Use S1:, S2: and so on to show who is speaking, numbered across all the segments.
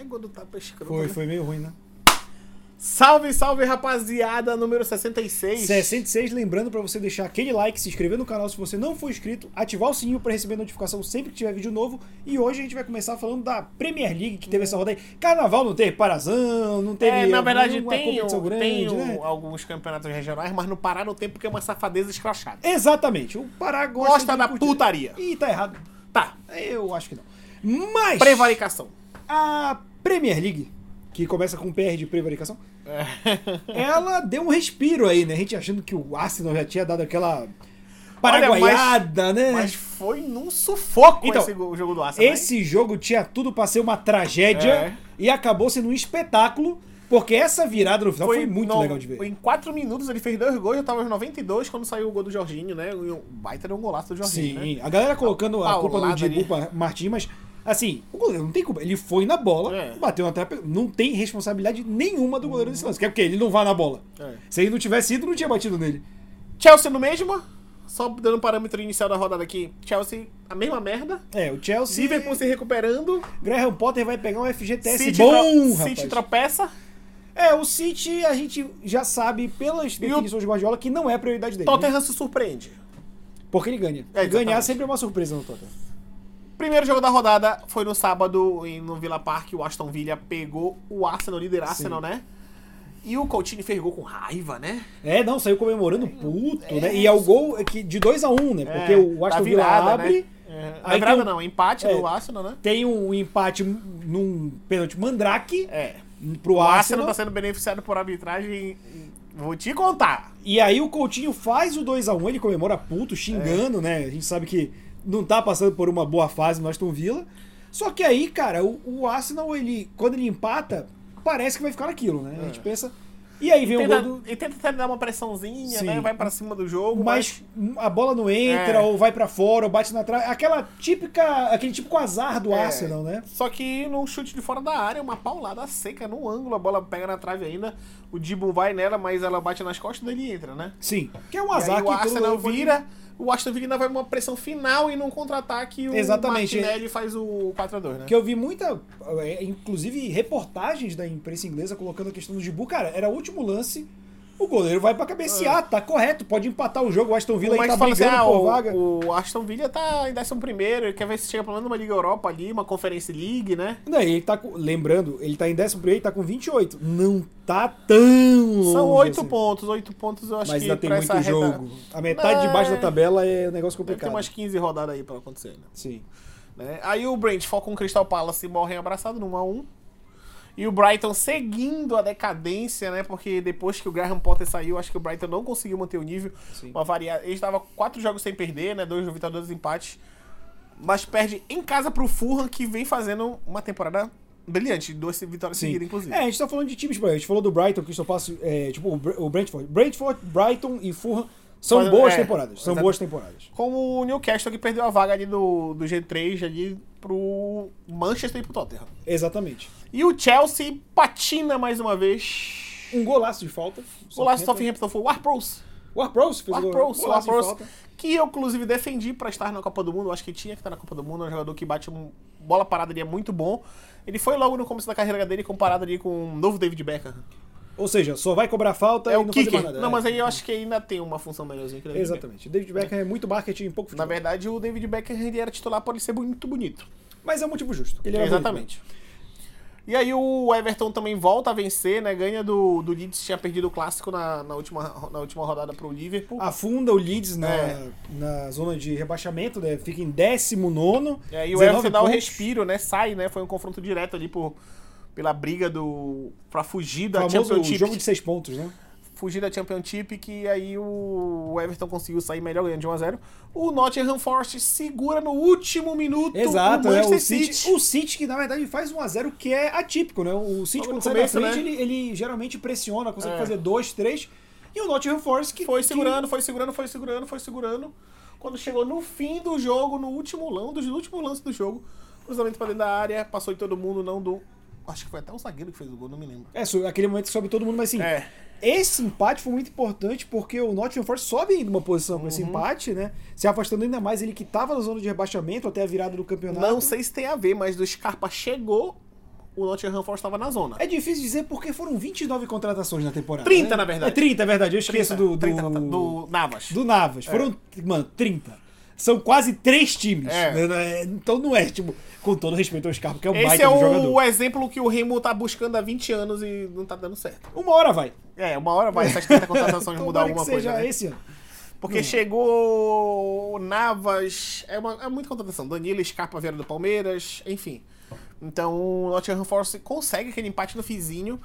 S1: Égua do tapa escroto.
S2: Foi,
S1: né?
S2: foi meio ruim, né?
S1: Salve, salve, rapaziada, número 66.
S2: 66, lembrando pra você deixar aquele like, se inscrever no canal se você não for inscrito, ativar o sininho pra receber notificação sempre que tiver vídeo novo. E hoje a gente vai começar falando da Premier League, que teve essa roda aí. Carnaval não teve Parazão, não teve.
S1: É, na verdade,
S2: uma
S1: tem, um,
S2: competição um grande,
S1: tem
S2: né?
S1: o- alguns campeonatos regionais, mas no Pará não tem porque é uma safadeza escrachada.
S2: Exatamente, o Pará gosta,
S1: Gosta
S2: de
S1: da
S2: curtir.
S1: putaria.
S2: Ih, tá errado.
S1: Tá,
S2: Eu acho que não. Mas
S1: prevaricação.
S2: a Premier League, que começa com PR de prevaricação,
S1: É.
S2: ela deu um respiro aí, né? A gente achando que o Arsenal já tinha dado aquela paraguaiada, né?
S1: Mas foi num sufoco
S2: Então,
S1: esse go- jogo do Arsenal. hein?
S2: Esse jogo tinha tudo pra ser uma tragédia
S1: né? É.
S2: e acabou sendo um espetáculo, porque essa virada no final então foi, muito
S1: no-
S2: legal de ver.
S1: Em quatro minutos ele fez dois gols, eu tava aos 92 quando saiu o gol do Jorginho, né? E um baita de um golaço do
S2: Sim,
S1: Jorginho, né?
S2: a galera colocando a,
S1: Paulada
S2: culpa no Dibu
S1: ali.
S2: pa- Martins, mas assim, o goleiro não tem culpa. Ele foi na bola,
S1: É. Uhum.
S2: bateu na trave, não tem responsabilidade nenhuma do goleiro nesse lance. Que é porque ele não vai na bola.
S1: É.
S2: Se ele não tivesse ido, não tinha batido nele.
S1: Chelsea no mesmo, só dando um parâmetro inicial da rodada aqui. Chelsea, a mesma merda.
S2: É, o Chelsea,
S1: Liverpool se recuperando.
S2: Graham Potter vai pegar um FGTS
S1: City,
S2: bom,
S1: tro-
S2: rapaz.
S1: City tropeça.
S2: É, o City a gente já sabe pelas definições de Guardiola que não é a prioridade dele. né?
S1: Tottenham se surpreende.
S2: Porque ele ganha.
S1: É,
S2: Ganhar
S1: exatamente.
S2: sempre é uma surpresa no Tottenham.
S1: Primeiro jogo da rodada foi no sábado em- no Villa Park. O Aston Villa pegou o Arsenal, líder Arsenal, né? E o Coutinho fez gol com raiva, né?
S2: É, não, saiu comemorando puto, né? E é o gol que- de 2x1, né? Porque
S1: É,
S2: o Aston
S1: da
S2: Villa
S1: virada,
S2: abre,
S1: Né? É, da
S2: aí
S1: virada
S2: tem um-
S1: não, empate
S2: é.
S1: do Arsenal, né?
S2: tem um empate num pênalti mandrake
S1: É.
S2: pro
S1: O Arsenal
S2: Arsenal.
S1: tá sendo beneficiado por arbitragem. Vou te contar.
S2: E aí o Coutinho faz o 2x1, ele comemora puto, xingando, né? A gente sabe que não tá passando por uma boa fase no Aston Villa. Só que aí, cara, o, o Arsenal, ele, quando ele empata, parece que vai ficar naquilo, né? A
S1: É.
S2: gente pensa. E aí vem o
S1: Tenta,
S2: um gol do.
S1: Ele tenta até dar uma pressãozinha,
S2: Sim.
S1: né? Vai pra cima do jogo, mas.
S2: Mas um, a bola não entra,
S1: É.
S2: ou vai pra fora, ou bate na trave. Aquela típica. Aquele típico azar do
S1: É.
S2: Arsenal, né?
S1: Só que num chute de fora da área, uma paulada seca no ângulo, a bola pega na trave ainda. O Dibu vai nela, mas ela bate nas costas dele e entra, né?
S2: Sim. Que é um
S1: E
S2: azar
S1: aí
S2: que
S1: o Arsenal
S2: todo-
S1: vira, o Aston Villa ainda vai uma pressão final e num contra-ataque o
S2: Exatamente.
S1: Martinelli faz o 4x2, né?
S2: Que eu vi muita, é, inclusive reportagens da imprensa inglesa colocando a questão do Dibu. Cara, era o último lance, o goleiro vai pra cabecear, tá correto, pode empatar o jogo, o Aston Villa aí
S1: Mas
S2: tá
S1: fala assim,
S2: brigando
S1: ah,
S2: por
S1: É. o,
S2: vaga.
S1: o Aston Villa tá em 11 primeiro, ele quer ver se chega pelo menos numa Liga Europa ali, uma Conference League, né?
S2: Não, ele tá com- lembrando, ele tá em 11 ele tá com 28. Não tá tão
S1: São
S2: longe
S1: oito
S2: assim.
S1: pontos, oito pontos eu acho
S2: Mas
S1: que
S2: ainda tem
S1: pra
S2: muito
S1: essa reta-
S2: jogo. A metade de baixo da
S1: É.
S2: tabela é um negócio
S1: Deve ter
S2: complicado.
S1: umas 15 rodadas aí pra acontecer, né?
S2: Sim.
S1: né? Aí o Brent foca com o Crystal Palace e morrem abraçado no 1x1. E o Brighton seguindo a decadência, né? Porque depois que o Graham Potter saiu, acho que o Brighton não conseguiu manter o nível.
S2: Sim.
S1: Uma varia... Ele estava quatro jogos sem perder, né? Dois vitórias, dois empates. Mas perde em casa pro Fulham, que vem fazendo uma temporada brilhante. Duas vitórias
S2: Sim.
S1: seguidas, inclusive.
S2: É, a gente tá falando de times, por exemplo, a gente falou do Brighton, que só passa, é, tipo, o Br- o Brentford. Brentford, Brighton e Fulham são
S1: Fazendo-
S2: boas
S1: é,
S2: temporadas, são
S1: exatamente.
S2: boas temporadas.
S1: Como o Newcastle, que perdeu a vaga ali do, do G3 ali pro Manchester e pro Tottenham.
S2: Exatamente.
S1: E o Chelsea patina mais uma vez.
S2: Um golaço de falta.
S1: O Last of Hampton foi o Warpros.
S2: O Arpros fez o gol.
S1: Warpros,
S2: Golaço de
S1: Warpros.
S2: falta.
S1: Que eu, inclusive, defendi pra estar na Copa do Mundo. Eu acho que tinha que estar na Copa do Mundo. É um jogador que bate um bola parada ali, é muito bom. Ele foi logo no começo da carreira dele comparado ali com o novo David Beckham.
S2: Ou seja, só vai cobrar falta
S1: é
S2: e
S1: o
S2: não fazer mais
S1: kicker.
S2: nada.
S1: Não,
S2: É.
S1: mas aí eu acho que ainda tem uma função melhorzinha que o David
S2: Exatamente. David Beckham é muito marketing e pouco
S1: Beckham. Na
S2: futebol.
S1: verdade, o David Beckham ele era titular por ele ser muito bonito.
S2: Mas é um motivo justo. Ele é
S1: Exatamente. E aí o Everton também volta a vencer, né? Ganha do, do Leeds, tinha perdido o clássico na, na última, na última rodada pro Liverpool.
S2: bonito. Afunda o Leeds na,
S1: É.
S2: na zona de rebaixamento, né? Fica em 19.
S1: É, e o
S2: 19
S1: Everton dá o
S2: pontos.
S1: respiro, né? Sai, né? Foi um confronto direto ali por, pela briga do. pra fugir da
S2: Famoso
S1: Championship.
S2: jogo de seis pontos, né?
S1: Fugir da Championship, que aí o Everton conseguiu sair melhor ganhando de 1x0. O Nottingham Forest segura no último minuto
S2: Exato,
S1: o
S2: né?
S1: Manchester
S2: O
S1: City.
S2: City, o City que na verdade faz 1x0, que é atípico, né? O City,
S1: Logo no
S2: quando sai da
S1: começo,
S2: frente,
S1: né?
S2: ele, ele geralmente pressiona, consegue
S1: É.
S2: fazer dois, três. E o Nottingham Forest que
S1: Foi
S2: que-
S1: segurando, foi segurando, foi segurando, foi segurando. Quando chegou no fim do jogo, no último um lance, no último lance do jogo, cruzamento pra dentro da área, passou em todo mundo, não do. Acho que foi até o zagueiro que fez o gol, não me lembro.
S2: É, so- aquele momento que sobe todo mundo, mas assim,
S1: É.
S2: esse empate foi muito importante porque o Nottingham Forest sobe ainda uma posição com
S1: Uhum.
S2: esse empate, né? Se afastando ainda mais, ele que tava na zona de rebaixamento até a virada do campeonato.
S1: Não sei se tem a ver, mas do Scarpa chegou, o Nottingham Forest estava na zona.
S2: É difícil dizer porque foram 29 contratações na temporada.
S1: 30,
S2: né?
S1: na verdade.
S2: É 30, é verdade. Eu esqueço do, do,
S1: 30,
S2: do...
S1: tá, do É. Navas.
S2: Navas. Foram, mano, 30. São quase três times.
S1: É.
S2: né? Então não é, tipo, com todo respeito ao Scarpa, que é um
S1: Esse
S2: baita
S1: é
S2: do
S1: o,
S2: jogador.
S1: exemplo que o Remo tá buscando há 20 anos e não tá dando certo.
S2: Uma hora vai.
S1: É, uma hora vai essas 30 contratações
S2: Tomara
S1: mudar alguma
S2: que seja
S1: coisa. né?
S2: esse ano.
S1: Porque chegou o Navas, é, uma, é muita contratação. Danilo, Scarpa vieram do Palmeiras, enfim. Então o Nottingham Force consegue aquele empate no fizinho.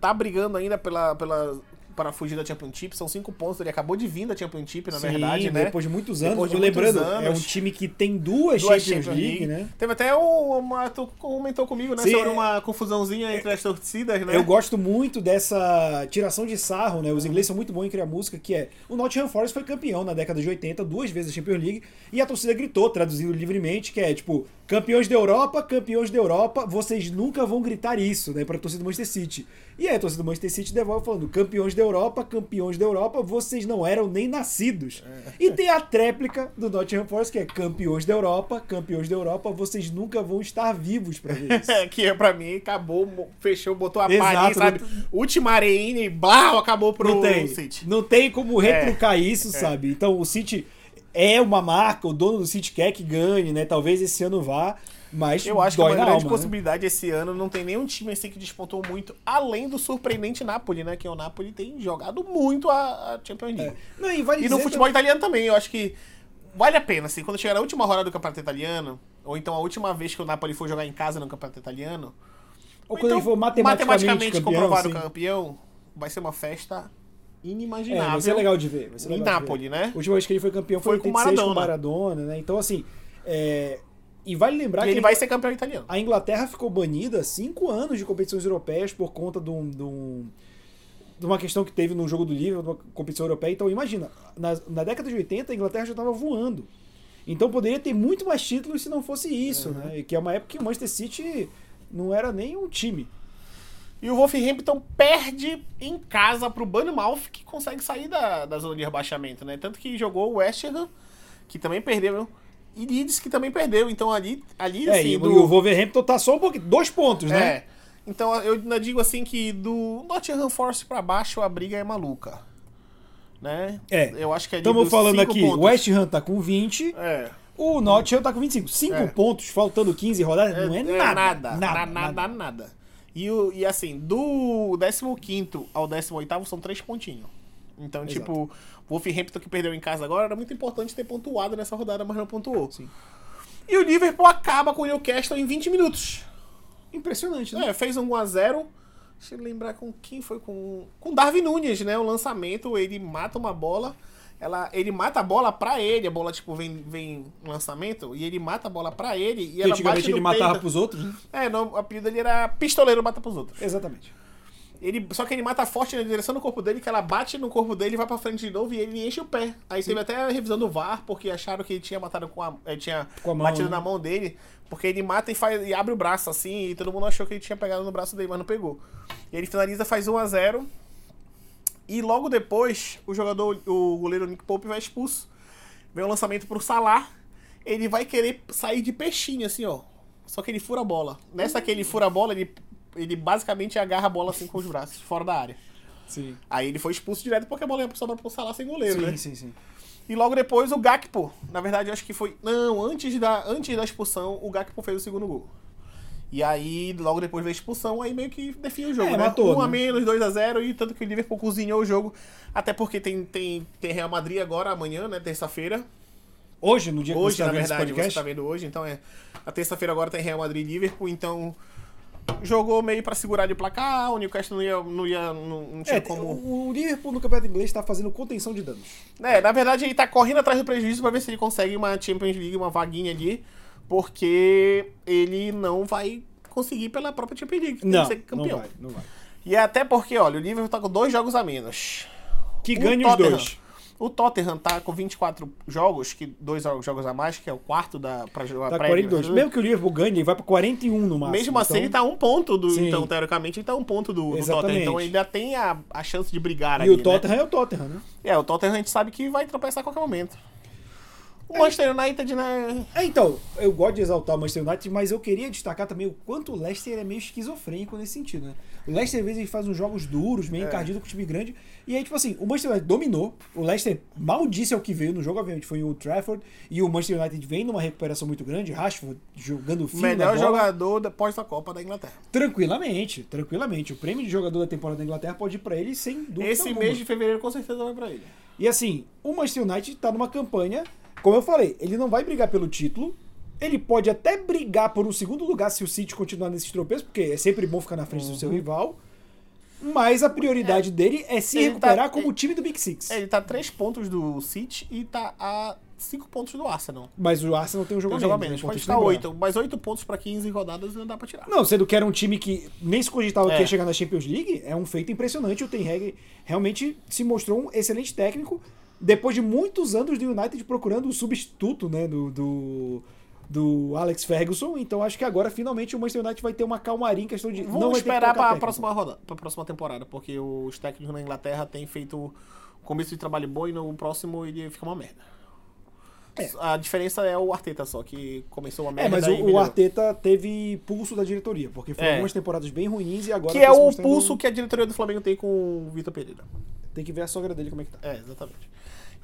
S1: Tá brigando ainda pela, pela, para fugir da Championship. São cinco pontos. Ele acabou de vir da Championship, na
S2: Sim,
S1: verdade, né?
S2: Depois de muitos anos.
S1: Depois de
S2: eu
S1: muitos
S2: lembrando, é um
S1: anos.
S2: time que tem duas,
S1: Duas
S2: Champions, League, né?
S1: Teve até o- uma. Tu comentou comigo, né?
S2: Sim,
S1: sobre
S2: é-
S1: uma confusãozinha entre as torcidas, né?
S2: Eu gosto muito dessa tiração de sarro, né? Os ingleses são muito bons em criar música, que é... O Nottingham Forest foi campeão na década de 80, duas vezes a Champions League, e a torcida gritou, traduzindo livremente, que é tipo... Campeões da Europa, campeões da Europa, vocês nunca vão gritar isso, né? Pra torcida do Manchester City. E aí a torcida do Manchester City devolve falando... Campeões da Europa, campeões da Europa, vocês não eram nem nascidos. E tem a tréplica do Nottingham Forest, que é... Campeões da Europa, campeões da Europa, vocês nunca vão estar vivos pra ver isso.
S1: É, que pra mim acabou, mo- fechou, botou a
S2: Exato,
S1: parede,
S2: não
S1: sabe? Última areinha e blau, acabou pro
S2: não tem,
S1: City. É,
S2: Não tem como retrucar isso, sabe? Então o City é uma marca, o dono do City quer que ganhe, né? Talvez esse ano vá, mas
S1: Eu acho que é
S2: dói
S1: uma
S2: na
S1: grande
S2: alma, né?
S1: possibilidade esse ano não tem nenhum time assim que despontou muito, além do surpreendente Napoli, né? Que o Napoli tem jogado muito a, a Champions League.
S2: É. Não, e
S1: E
S2: vale
S1: no
S2: dizer
S1: futebol italiano também, eu acho que vale a pena, assim, quando chegar na última rodada do Campeonato Italiano, ou então a última vez que o Napoli for jogar em casa no Campeonato Italiano, então
S2: também- ou quando ele for matematicamente, campeão,
S1: comprovado
S2: sim.
S1: campeão, vai ser uma festa
S2: É,
S1: inimaginável.
S2: vai ser legal de ver. Vai ser
S1: Em
S2: legal de ver.
S1: Nápoles, né?
S2: A última vez que ele foi campeão foi,
S1: Foi com
S2: 86 com o
S1: Maradona.
S2: Maradona, né? Então, assim, é, e vale lembrar
S1: E
S2: que
S1: ele vai ser campeão italiano.
S2: A Inglaterra ficou banida cinco anos de competições europeias por conta de, um- de um- de uma questão que teve no jogo do Liverpool, de uma competição europeia. Então, imagina, na, na década de 80, a Inglaterra já estava voando. Então, poderia ter muito mais títulos se não fosse
S1: Uhum.
S2: isso, né? Que é uma época que o Manchester City não era nem um time.
S1: E o Wolverhampton perde em casa pro Bournemouth, que consegue sair da, da zona de rebaixamento, né? Tanto que jogou o West Ham, que também perdeu, e Leeds, que também perdeu. Então ali, ali
S2: É,
S1: assim,
S2: e,
S1: do-
S2: o Wolverhampton tá só um pouquinho, dois pontos, né?
S1: É. Então eu ainda digo assim que do Nottingham Force pra baixo a briga é maluca. Né?
S2: É.
S1: Eu acho que ali
S2: Estamos
S1: dos
S2: falando
S1: cinco
S2: aqui, o
S1: pontos-
S2: West Ham tá com 20,
S1: É.
S2: o Nottingham tá com 25. Cinco
S1: É.
S2: pontos, faltando 15 rodadas, não é, nada,
S1: nada, nada,
S2: nada,
S1: nada, nada. E, o- e assim, do 15 ao 18 são três pontinhos. Então,
S2: Exato.
S1: tipo, o Wolverhampton que perdeu em casa agora, era muito importante ter pontuado nessa rodada, mas não pontuou.
S2: Sim.
S1: E o Liverpool acaba com o Newcastle em 20 minutos.
S2: Impressionante, né?
S1: É, fez um 1x0. Deixa eu lembrar com quem foi com. Com Darwin Nunes, né? O lançamento, ele mata uma bola. Ela, ele mata a bola pra ele. A bola, tipo, vem, vem um lançamento. E ele mata a bola pra ele. E
S2: Porque
S1: ela
S2: antigamente
S1: bate no
S2: ele matava
S1: peito.
S2: pros outros, né?
S1: É, não, o apelido dele era pistoleiro mata pros outros.
S2: Exatamente.
S1: Ele, só que ele mata forte né, na direção do corpo dele, que ela bate no corpo dele, vai pra frente de novo e ele enche o pé. Aí teve até a revisão do VAR, porque acharam que ele tinha matado com a. Ele tinha
S2: Com a mão,
S1: batido
S2: né?
S1: na mão dele, porque ele mata e, faz, e abre o braço assim, e todo mundo achou que ele tinha pegado no braço dele, mas não pegou. E ele finaliza, faz 1 a 0 E logo depois, o jogador, o goleiro Nick Pope vai expulso. Vem o lançamento pro Salah. Ele vai querer sair de peixinho, assim, ó. Só que ele fura a bola. Nessa que ele fura a bola, ele, ele basicamente agarra a bola assim com os braços, fora da área.
S2: Sim.
S1: Aí ele foi expulso direto porque a bola ia sobrar pro Salah sem goleiro, né?
S2: Sim, sim, sim.
S1: E logo depois o Gakpo. Na verdade, eu acho que foi. Não, antes da, antes da expulsão, o Gakpo fez o segundo gol. E aí, logo depois veio a expulsão, aí meio que definiu o jogo.
S2: É,
S1: né?
S2: matou,
S1: um a
S2: né?
S1: menos, 2 a 0 e tanto que o Liverpool cozinhou o jogo. Até porque tem, tem, tem Real Madrid agora, amanhã, né? Terça-feira.
S2: Hoje, no dia que
S1: Hoje,
S2: você tá
S1: na
S2: vendo esse
S1: verdade, você
S2: podcast,
S1: tá vendo hoje. Então é. A terça-feira agora tem Real Madrid e Liverpool, então. Jogou meio pra segurar de placar, o Newcastle não ia. Não, ia, não, não tinha
S2: é,
S1: como.
S2: o o Liverpool no campeonato inglês tá fazendo contenção de danos.
S1: É, na verdade ele tá correndo atrás do prejuízo pra ver se ele consegue uma Champions League, uma vaguinha ali, porque ele não vai conseguir pela própria Champions League, tem que ser campeão.
S2: não vai, não vai.
S1: E é até porque, olha, o Liverpool tá com dois jogos a menos.
S2: Que
S1: O
S2: ganhe os
S1: Tottenham-
S2: dois.
S1: O Tottenham tá com 24 jogos, que dois jogos a mais, que é o quarto da para jogar
S2: Tá
S1: pra
S2: 42.
S1: ele.
S2: Mesmo que o Liverpool ganhe, ele vai pra 41 no máximo.
S1: Mesmo assim,
S2: então-
S1: ele tá a um ponto do.
S2: Sim.
S1: Então, teoricamente, ele tá a um ponto do, do Tottenham.
S2: Exatamente.
S1: Então ainda tem a, a chance de brigar
S2: E
S1: ali.
S2: o
S1: né?
S2: Tottenham é o Tottenham, né?
S1: É, o Tottenham a gente sabe que vai tropeçar a qualquer momento. O Manchester United, né?
S2: É, então, eu gosto de exaltar o Manchester United, mas eu queria destacar também o quanto o Leicester é meio esquizofrênico nesse sentido, né? O Leicester, às vezes, ele faz uns jogos duros,
S1: É.
S2: meio encardido com o time grande. E aí, tipo assim, o Manchester United dominou. O Leicester mal disse ao que veio no jogo, obviamente, foi o Trafford. E o Manchester United vem numa recuperação muito grande. Rashford jogando
S1: O
S2: fino da
S1: melhor
S2: bola.
S1: jogador depois da Copa da Inglaterra.
S2: Tranquilamente, tranquilamente. O prêmio de jogador da temporada da Inglaterra pode ir pra ele sem dúvida
S1: Esse
S2: alguma.
S1: mês de fevereiro com certeza vai pra ele.
S2: E assim, o Manchester United tá numa campanha, como eu falei, ele não vai brigar pelo título. Ele pode até brigar por um segundo lugar se o City continuar nesses tropeços, porque é sempre bom ficar na frente do seu rival. Mas a prioridade dele é se
S1: Ele tá-
S2: recuperar como o time do Big Six.
S1: Ele tá a 3 pontos do City e tá a 5 pontos do Arsenal.
S2: Mas o Arsenal tem um jogo
S1: Tem um
S2: a
S1: jogo a
S2: menos,
S1: menos.
S2: né?
S1: Pode
S2: Importante
S1: ficar
S2: lembrar.
S1: 8, mas 8 pontos pra 15 rodadas não dá pra tirar.
S2: Não, sendo que era um time que nem se cogitava
S1: É.
S2: que ia chegar na Champions League, é um feito impressionante. O Ten Hag realmente se mostrou um excelente técnico depois de muitos anos do United procurando o substituto né, do, do, do Alex Ferguson. Então acho que agora finalmente o Manchester United vai ter uma calmaria em questão de.
S1: Vamos
S2: não vai ter que
S1: esperar
S2: trocar
S1: pra
S2: técnico.
S1: próxima rodada, pra próxima temporada, porque os técnicos na Inglaterra têm feito um começo de trabalho bom e no próximo ele fica uma merda.
S2: É.
S1: A diferença é o Arteta só, que começou uma merda
S2: É, mas
S1: e
S2: o, o
S1: melhorou.
S2: Arteta teve pulso da diretoria, porque foram
S1: É.
S2: algumas temporadas bem ruins e agora.
S1: Que
S2: tá
S1: é
S2: se
S1: o
S2: mostrando-
S1: pulso que a diretoria do Flamengo tem com o Vitor Pereira.
S2: Tem que ver a sogra dele como é que tá.
S1: É, exatamente.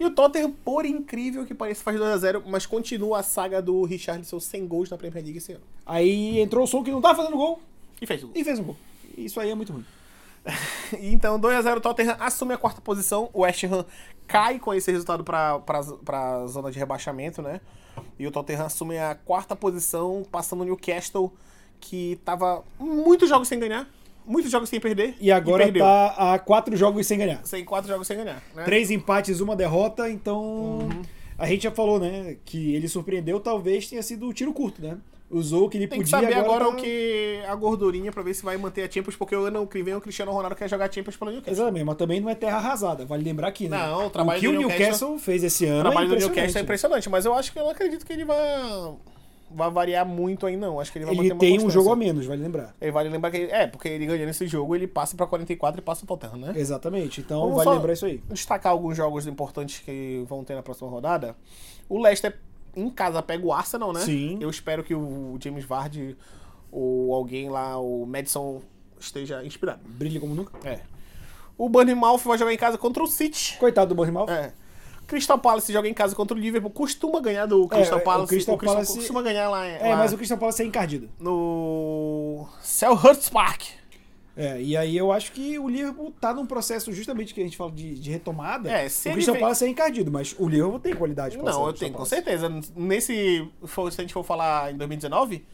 S1: E o Tottenham, por incrível que pareça, faz 2x0, mas continua a saga do Richarlison sem gols na Premier League esse ano.
S2: Aí entrou o som que não tava fazendo gol
S1: E fez o gol.
S2: e fez um gol. Isso aí é muito ruim.
S1: Então, 2x0 Tottenham assume a quarta posição. O West Ham cai com esse resultado para a zona de rebaixamento, né? E o Tottenham assume a quarta posição, passando o Newcastle, que tava muitos jogos sem ganhar, muitos jogos sem perder.
S2: E agora
S1: perdeu.
S2: tá a quatro jogos sem ganhar.
S1: Sem quatro jogos sem ganhar. Né?
S2: Três empates, uma derrota, então. A gente já falou, né? Que ele surpreendeu, talvez tenha sido o tiro curto, né? Usou o que ele
S1: Tem que
S2: podia.
S1: saber agora, o
S2: tá-
S1: que a gordurinha pra ver se vai manter a Champions, porque o ano que vem o Cristiano Ronaldo quer jogar Champions pelo Newcastle.
S2: Exatamente, mas também não é terra arrasada, vale lembrar aqui, né?
S1: Não, o trabalho
S2: que
S1: do
S2: o Newcastle fez esse ano.
S1: O trabalho do Newcastle é
S2: impressionante.
S1: impressionante, mas eu acho que eu não acredito que ele vá, vá variar muito aí, não. Acho que ele vai manter
S2: Ele
S1: uma
S2: tem um
S1: constância.
S2: jogo a menos, vale lembrar.
S1: Ele vale lembrar que ele, é, porque ele ganhando esse jogo, ele passa pra 44 e passa o Tottenham, né?
S2: Exatamente, então
S1: Vamos
S2: vale
S1: só
S2: lembrar isso aí.
S1: Destacar alguns jogos importantes que vão ter na próxima rodada. O Leicester em casa pega o Arsenal, né?
S2: Sim.
S1: Eu espero que o James Vardy ou alguém lá, o Madison esteja inspirado.
S2: Brilha como nunca.
S1: É. O Burnley Mouth vai jogar em casa contra o City.
S2: Coitado do Bournemouth.
S1: É. Crystal Palace joga em casa contra o Liverpool. Costuma ganhar do Crystal
S2: é, o
S1: Palace.
S2: Crystal
S1: o Crystal
S2: Palace-
S1: costuma ganhar lá,
S2: É,
S1: lá
S2: mas o Crystal Palace é encardido.
S1: no Selhurst Park.
S2: É, e aí eu acho que o Liverpool tá num processo justamente que a gente fala de, de retomada.
S1: É, se
S2: o
S1: ele
S2: Crystal
S1: vem-
S2: Palace é encardido, mas o Liverpool tem qualidade pra ser o
S1: Não, eu
S2: Crystal
S1: tenho, com
S2: Palace.
S1: certeza. Nesse. for- Se a gente for falar em 2019,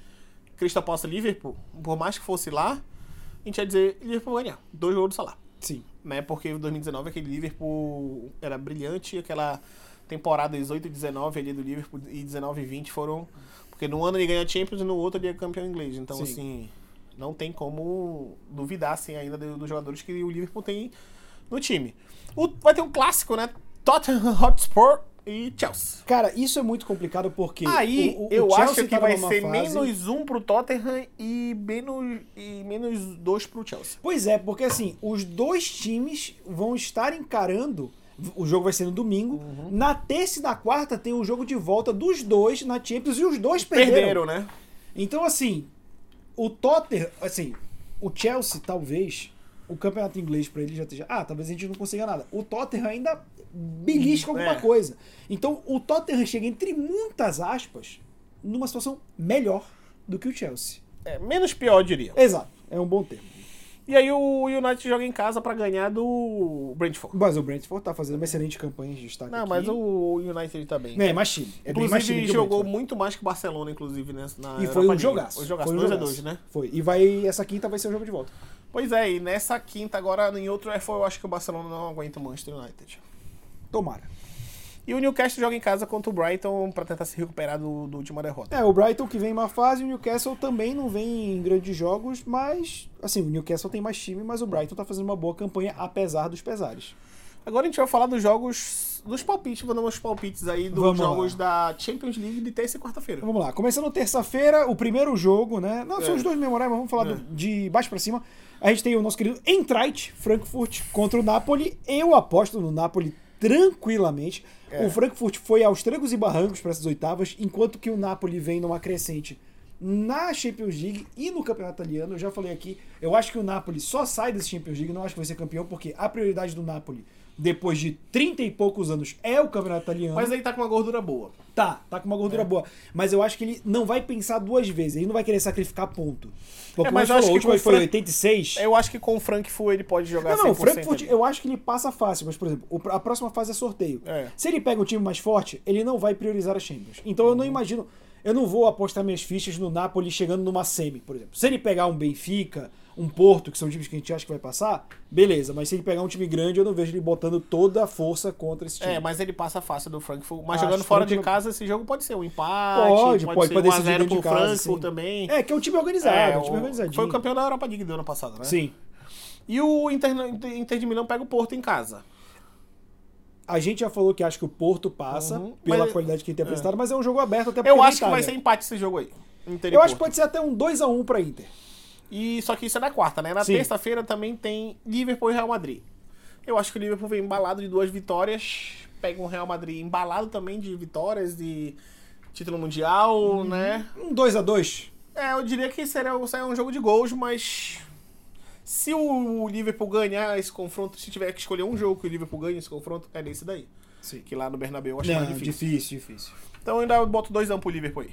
S1: Crystal Palace e Liverpool, por mais que fosse lá, a gente ia dizer Liverpool vai ganhar. Dois gols do Salah.
S2: Sim.
S1: Né? Porque em 2019 aquele Liverpool era brilhante, aquela temporada 18 e 19 ali do Liverpool e 19 e 20 foram. Porque num ano ele ganha Champions e no outro ele é campeão inglês. Então,
S2: Sim.
S1: assim, não tem como duvidar assim, ainda do- dos jogadores que o Liverpool tem no time. O- vai ter um clássico, né? Tottenham Hotspur e Chelsea.
S2: Cara, isso é muito complicado porque.
S1: Aí
S2: o- o- o
S1: eu
S2: Chelsea
S1: acho que
S2: tava
S1: vai
S2: numa
S1: ser
S2: fase-
S1: menos um pro Tottenham e menos, e menos dois pro Chelsea.
S2: Pois é, porque assim, os dois times vão estar encarando. O jogo vai ser no domingo.
S1: Uhum.
S2: Na terça e na quarta tem o jogo de volta dos dois na Champions e os dois perderam.
S1: Perderam, né?
S2: Então, assim, o Tottenham, assim, o Chelsea, talvez, o campeonato inglês pra ele já esteja. Ah, talvez a gente não consiga nada. O Tottenham ainda belisca alguma
S1: É.
S2: coisa. Então, o Tottenham chega, entre muitas aspas, numa situação melhor do que o Chelsea.
S1: É, menos pior, eu diria.
S2: Exato, é um bom termo.
S1: E aí o United joga em casa pra ganhar do Brentford.
S2: Mas o Brentford tá fazendo uma excelente campanha de destaque.
S1: Não, mas
S2: aqui.
S1: o United tá bem.
S2: É, mais time. É bem mais time
S1: inclusive,
S2: que o
S1: jogou
S2: Brentford.
S1: muito mais que o Barcelona, inclusive, né? na
S2: E
S1: Europa
S2: foi um
S1: League.
S2: jogaço.
S1: Foi um jogaço,
S2: Foi um
S1: 2 a
S2: jogaço.
S1: 2, né?
S2: Foi. E vai, essa quinta vai ser o jogo de volta.
S1: Pois é, e nessa quinta agora, em outro EFO, eu acho que o Barcelona não aguenta o Manchester United.
S2: Tomara.
S1: E o Newcastle joga em casa contra o Brighton pra tentar se recuperar do, do última derrota.
S2: É, o Brighton que vem em má fase, o Newcastle também não vem em grandes jogos, mas, assim, o Newcastle tem mais time, mas o Brighton tá fazendo uma boa campanha, apesar dos pesares.
S1: Agora a gente vai falar dos jogos, dos palpites, vou dar uns palpites aí dos
S2: Vamos lá.
S1: jogos da Champions League de terça e quarta-feira.
S2: Vamos lá, começando terça-feira, o primeiro jogo, né? Não, são
S1: É.
S2: os dois memoráveis, mas vamos falar do- de baixo pra cima. A gente tem o nosso querido Eintracht Frankfurt contra o Napoli. Eu aposto no Napoli tranquilamente.
S1: É.
S2: O Frankfurt foi aos trancos e barrancos para essas oitavas, enquanto que o Napoli vem numa crescente na Champions League e no Campeonato Italiano. Eu já falei aqui, eu acho que o Napoli só sai desse Champions League, não acho que vai ser campeão, porque a prioridade do Napoli, depois de 30 e poucos anos, é o Campeonato Italiano.
S1: Mas aí tá com uma gordura boa.
S2: Tá, tá com uma
S1: É.
S2: gordura boa. Mas eu acho que ele não vai pensar duas vezes. Ele não vai querer sacrificar ponto. Porque
S1: É, mas
S2: mas falou,
S1: acho
S2: o
S1: que
S2: último
S1: com o
S2: foi
S1: Fran-
S2: 86.
S1: Eu acho que com o Frankfurt ele pode jogar
S2: Não, não, o
S1: 100%
S2: Frankfurt,
S1: ali.
S2: eu acho que ele passa fácil, mas, por exemplo, o- a próxima fase é sorteio.
S1: É.
S2: Se ele pega um time mais forte, ele não vai priorizar as Champions. Então eu não
S1: Uhum.
S2: imagino. Eu não vou apostar minhas fichas no Napoli chegando numa semi, por exemplo. Se ele pegar um Benfica, um Porto, que são times que a gente acha que vai passar, beleza. Mas se ele pegar um time grande, eu não vejo ele botando toda a força contra esse time.
S1: É, mas ele passa fácil do Frankfurt. Mas
S2: Ah, Acho
S1: jogando fora
S2: que-
S1: de casa, esse jogo pode ser um empate.
S2: Pode,
S1: Pode,
S2: pode,
S1: ser
S2: pode
S1: um
S2: decidir
S1: 1x0
S2: dentro de
S1: pro
S2: casa,
S1: Frankfurt
S2: sim.
S1: também.
S2: É, que é um time organizado,
S1: É,
S2: um time
S1: o-
S2: organizadinho.
S1: Foi o campeão da Europa League do ano passado, né?
S2: Sim.
S1: E o Inter, Inter de Milão pega o Porto em casa.
S2: É A gente já falou que acho que o Porto passa
S1: Uhum,
S2: pela
S1: mas-
S2: qualidade que ele tem apresentado, mas é um jogo aberto até porque
S1: Eu
S2: é na
S1: acho que vai
S2: Itália.
S1: ser empate esse jogo aí. Inter e
S2: Eu acho que
S1: Porto.
S2: pode ser até um 2x1 pra Inter.
S1: E só que isso é na quarta, né? Na
S2: Sim.
S1: terça-feira também tem Liverpool e Real Madrid. Eu acho que o Liverpool vem embalado de duas vitórias, pega um Real Madrid embalado também de vitórias de título mundial, né?
S2: Um 2x2.
S1: É, eu diria que seria, seria um jogo de gols, mas se o Liverpool ganhar esse confronto, se tiver que escolher um jogo que o Liverpool ganhe esse confronto, é nesse daí.
S2: Sim.
S1: Que lá no Bernabéu eu acho
S2: Não,
S1: mais difícil.
S2: difícil, difícil.
S1: Então eu ainda boto dois amplos pro Liverpool aí.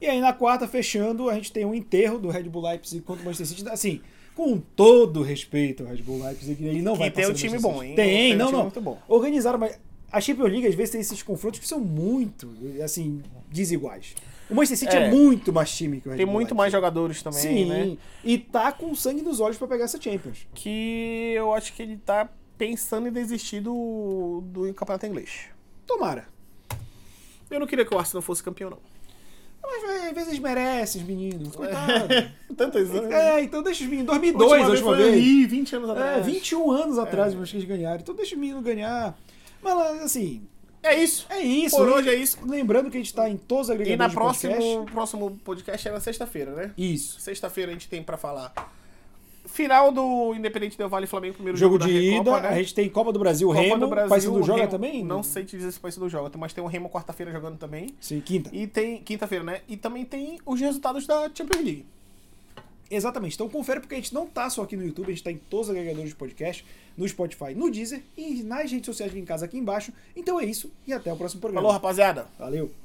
S2: E aí na quarta, fechando, a gente tem um enterro do Red Bull Leipzig contra o Manchester City. Assim, com todo respeito ao Red Bull Leipzig, ele não
S1: Que
S2: vai
S1: tem
S2: passar
S1: um
S2: do
S1: time
S2: Manchester
S1: bom,
S2: City.
S1: hein?
S2: Tem,
S1: Tem um
S2: não,
S1: time
S2: não.
S1: muito bom.
S2: Organizaram, mas a Champions League às vezes tem esses confrontos que são muito, assim, desiguais. O Manchester City é,
S1: É.
S2: muito mais time que o Red
S1: Tem
S2: Bull
S1: muito
S2: Leipzig.
S1: mais jogadores também,
S2: Sim,
S1: né?
S2: e tá com sangue nos olhos pra pegar essa Champions.
S1: que eu acho que ele tá pensando em desistir do, do campeonato inglês.
S2: Tomara.
S1: Eu não queria que o Arsenal fosse campeão, não.
S2: Mas é, às vezes merece, os meninos. Coitado.
S1: Tantos anos.
S2: É, então deixa os meninos. 2002,
S1: Última
S2: a
S1: vez foi
S2: última vez.
S1: ali, 20 anos atrás.
S2: É, 21 anos atrás os eles ganharam. Então deixa os meninos ganhar. Mas, assim,
S1: É isso.
S2: é isso.
S1: Por
S2: né?
S1: hoje é isso.
S2: Lembrando que a gente tá em todos os
S1: E
S2: agregadores
S1: na
S2: de
S1: próxima,
S2: podcast.
S1: próximo podcast é na sexta-feira, né?
S2: Isso.
S1: Sexta-feira a gente tem pra falar. Final do Independente Del Vale e Flamengo, primeiro
S2: Jogo
S1: jogo,
S2: de
S1: da
S2: ida,
S1: Recopa, né?
S2: a gente tem Copa do Brasil,
S1: Copa
S2: Remo.
S1: do
S2: O
S1: Brasil,
S2: Paysandu
S1: o
S2: joga
S1: Remo-
S2: também?
S1: Não sei te dizer se o Paysandu joga, mas tem o Remo quarta-feira jogando também.
S2: Sim, quinta.
S1: E tem quinta-feira, né? E também tem os resultados da Champions League.
S2: Exatamente. Então confere porque a gente não tá só aqui no YouTube, a gente tá em todos os agregadores de podcast, no Spotify, no Deezer e nas redes sociais em casa aqui embaixo. Então é isso e até o próximo programa.
S1: Falou, rapaziada.
S2: Valeu.